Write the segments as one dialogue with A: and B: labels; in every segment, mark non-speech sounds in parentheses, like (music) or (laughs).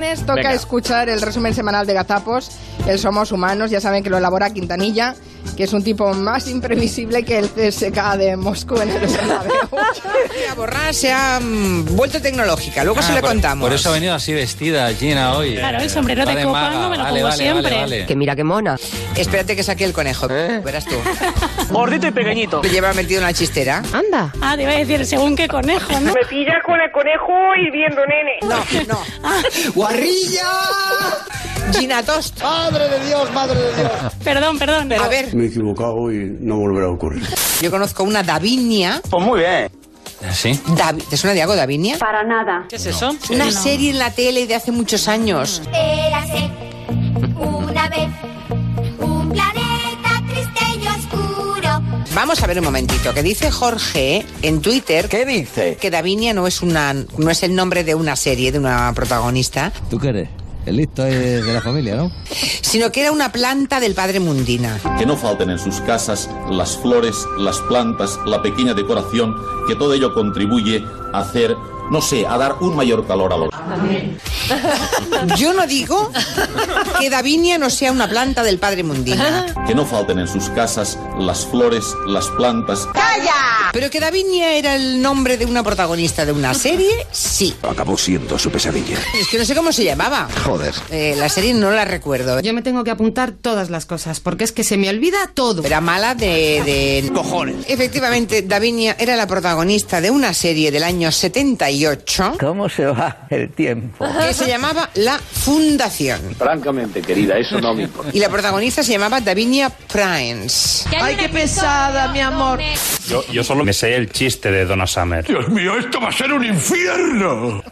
A: viernes toca
B: Venga.
A: escuchar el resumen semanal de Gazapos, el Somos Humanos, ya saben que lo elabora Quintanilla, que es un tipo más imprevisible que el CSK de Moscú en el Bernabéu.
C: La borra (laughs) se ha mm, vuelto tecnológica, luego se
D: Ah,
C: lo
D: por-
C: contamos.
D: Por eso ha venido así vestida Gina hoy.
E: Claro, el sombrero de copa
D: maga,
E: no me lo
D: vale,
E: pongo
D: vale,
E: siempre.
D: vale, vale.
F: Que mira qué mona.
C: Espérate que saque el conejo,
D: ¿Eh?
C: verás tú.
B: Gordito y pequeñito.
C: Lo lleva metido en la chistera.
F: Anda.
E: Ah, te iba a decir, según qué conejo, ¿no?
G: Me pilla con el conejo y viendo nene.
C: No, no.
E: Ah.
H: ¡Guarrilla!
C: Gina Tost.
H: ¡Madre de Dios, madre de Dios!
E: Perdón, perdón.
C: A ver,
I: Me he equivocado y no volverá a ocurrir.
C: yo conozco una Davinia.
B: Pues muy bien.
D: ¿Sí?
C: Davi- ¿Te suena de algo, Davinia?
G: Para nada.
E: ¿Qué es eso?
C: Una serie en la tele de hace muchos años.
J: Érase una vez un planeta triste y oscuro.
C: Vamos a ver un momentito, que dice Jorge en Twitter
B: ¿Qué dice?
C: que Davinia no es una no es el nombre de una serie, de una protagonista,
H: ¿Tú qué eres? El listo es de la familia, ¿no?
C: sino que era una planta del padre Mundina.
K: Que no falten en sus casas las flores, las plantas, la pequeña decoración, que todo ello contribuye a hacer, no sé, a dar un mayor calor a los.
C: Yo no digo que Davinia no sea una planta del padre
E: (laughs)
C: Mundina,
K: Que no falten en sus casas las flores, las plantas.
C: pero que Davinia era el nombre de una protagonista de una serie, sí.
H: Acabó siendo su pesadilla.
C: Es que no sé cómo se llamaba.
H: Joder.
C: Eh, la serie no la recuerdo.
F: Yo me tengo que apuntar todas las cosas, porque es que se me olvida todo.
C: Era mala de, de... Cojones. Efectivamente, Davinia era la protagonista de una serie del año 78
H: ¿Cómo se va el tiempo?
C: que se llamaba La Fundación.
B: Francamente, querida, eso no me importa.
C: Y la protagonista se llamaba Davinia Prince.
F: Ay, qué pesada, mi amor.
L: Yo, yo solo me sé el chiste de Donna Summer.
K: Dios mío, esto va a ser un infierno.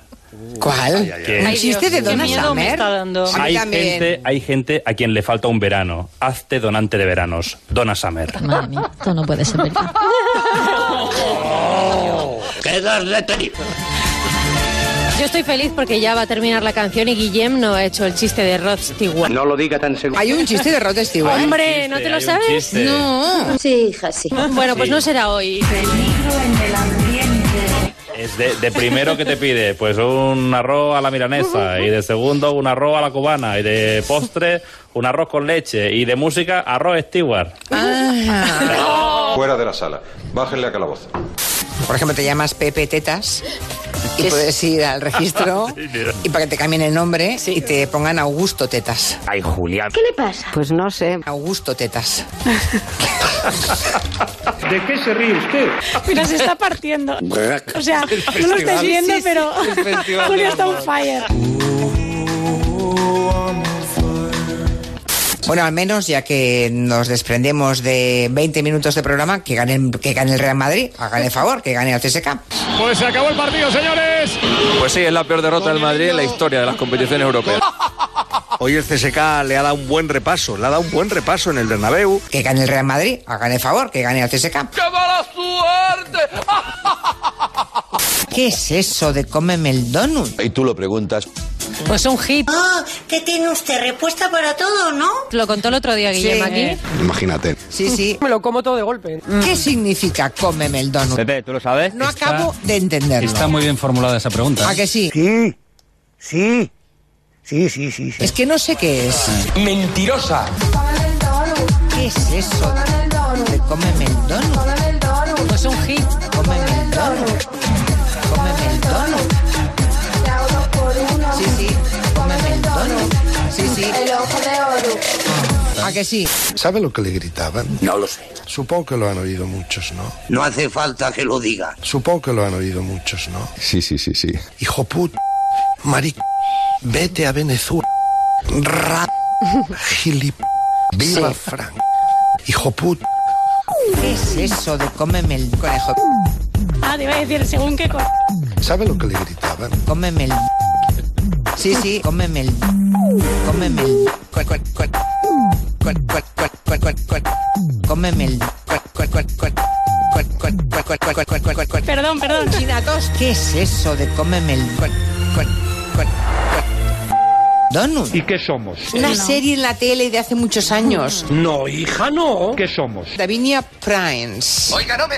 C: ¿Cuál?
L: ay.
C: ¿Un
E: Ay,
C: chiste de
E: Dios, qué
C: Donna
E: miedo me
C: Summer?
E: está dando.
C: A mí
L: Hay
C: también.
L: gente, hay gente a quien le falta un verano. Hazte donante de veranos. Donna Summer.
J: Madre mía, esto no puede ser verdad.
H: ¡Oh!
E: Yo estoy feliz porque ya va a terminar la canción y Guillem no ha hecho el chiste de Rod Stewart.
B: No lo diga tan seguro.
C: Hay un chiste de Rod Stewart.
E: Hombre, ¿no te lo sabes?
C: No.
J: Sí, hija, sí.
E: Bueno, pues no será hoy.
L: Es de, de primero que te pide, pues un arroz a la milanesa. Y de segundo, un arroz a la cubana. Y de postre, un arroz con leche. Y de música, arroz Stewart.
K: Fuera de la sala. Bájenle a calabozo.
C: Por ejemplo, te llamas Pepe Tetas y puedes ir al registro (laughs) y para que te cambien el nombre y te pongan Augusto Tetas.
B: Ay, Julián.
G: ¿Qué le pasa?
F: Pues no sé.
C: Augusto Tetas.
B: ¿De qué se ríe usted?
E: Mira, se está
F: (laughs)
E: partiendo. O sea, no lo estáis viendo, pero (laughs) Julio está on fire.
C: Bueno, al menos ya que nos desprendemos de 20 minutos de programa, que gane, que gane el Real Madrid, hagan el favor, que gane el CSK.
L: Pues se acabó el partido, señores.
B: Pues sí, es la peor derrota del Madrid en la historia de las competiciones
I: (laughs)
B: europeas.
H: Hoy el CSK le ha dado un buen repaso, le ha dado un buen repaso en el Bernabéu.
C: Que gane el Real Madrid, hagan el favor, que gane el CSK. ¡Qué mala suerte! ¿Qué es eso de cómeme el donut?
K: Y tú lo preguntas.
E: Pues un hit.
G: Ah, ¿qué tiene usted? ¿Respuesta para todo, no?
E: Lo contó el otro día Guillem
C: Sí.
E: aquí.
H: Imagínate.
C: Sí, sí.
F: Me lo como todo de golpe.
C: ¿Qué significa cómeme el donut?
B: Pepe, ¿tú lo sabes?
C: No
D: Está-
C: acabo de entenderlo.
D: Está muy bien formulada esa pregunta.
C: ¿A que sí?
H: Sí, sí, sí, sí, sí. sí.
C: Es que no sé qué es.
B: Mentirosa.
C: ¿Qué es eso de, de cómeme el donut?
E: Pues un hit.
C: Cómeme el donut. Cómeme el donut. Sí, sí. Cómeme el donut. Sí, sí. ¿A que sí?
I: ¿Sabe lo que le gritaban?
B: No lo sé.
I: Supongo que lo han oído muchos, ¿no?
B: No hace falta que lo diga.
I: Supongo que lo han oído muchos, ¿no?
K: Sí, sí, sí, sí.
I: Hijo put, maric, vete a Venezuela. Ra, gilip, viva Frank. Hijo put,
C: ¿Qué es eso de cómeme el conejo?
E: Ah, te iba a decir, según qué conejo.
I: ¿sabe lo que le gritaban?
C: Cómeme el... Sí, sí, cómeme el... Cómeme el... Cuel, cuel, cuel. Cuel, cuel, cuel, cuel, cuel, cuel. Cómeme el... Cuel, cuel, cuel, cuel. Cuel, cuel, cuel, cuel, cuel, cuel, cuel, cuel, cuel.
E: Perdón, perdón.
C: China tos. ¿Qué es eso de cómeme el... Cuel, cuel, cuel, cuel? Donut.
B: ¿Y qué somos?
C: Una serie en la tele de hace muchos años.
B: No, hija, no. ¿Qué somos?
C: Davinia Prince.
H: Oiga, no me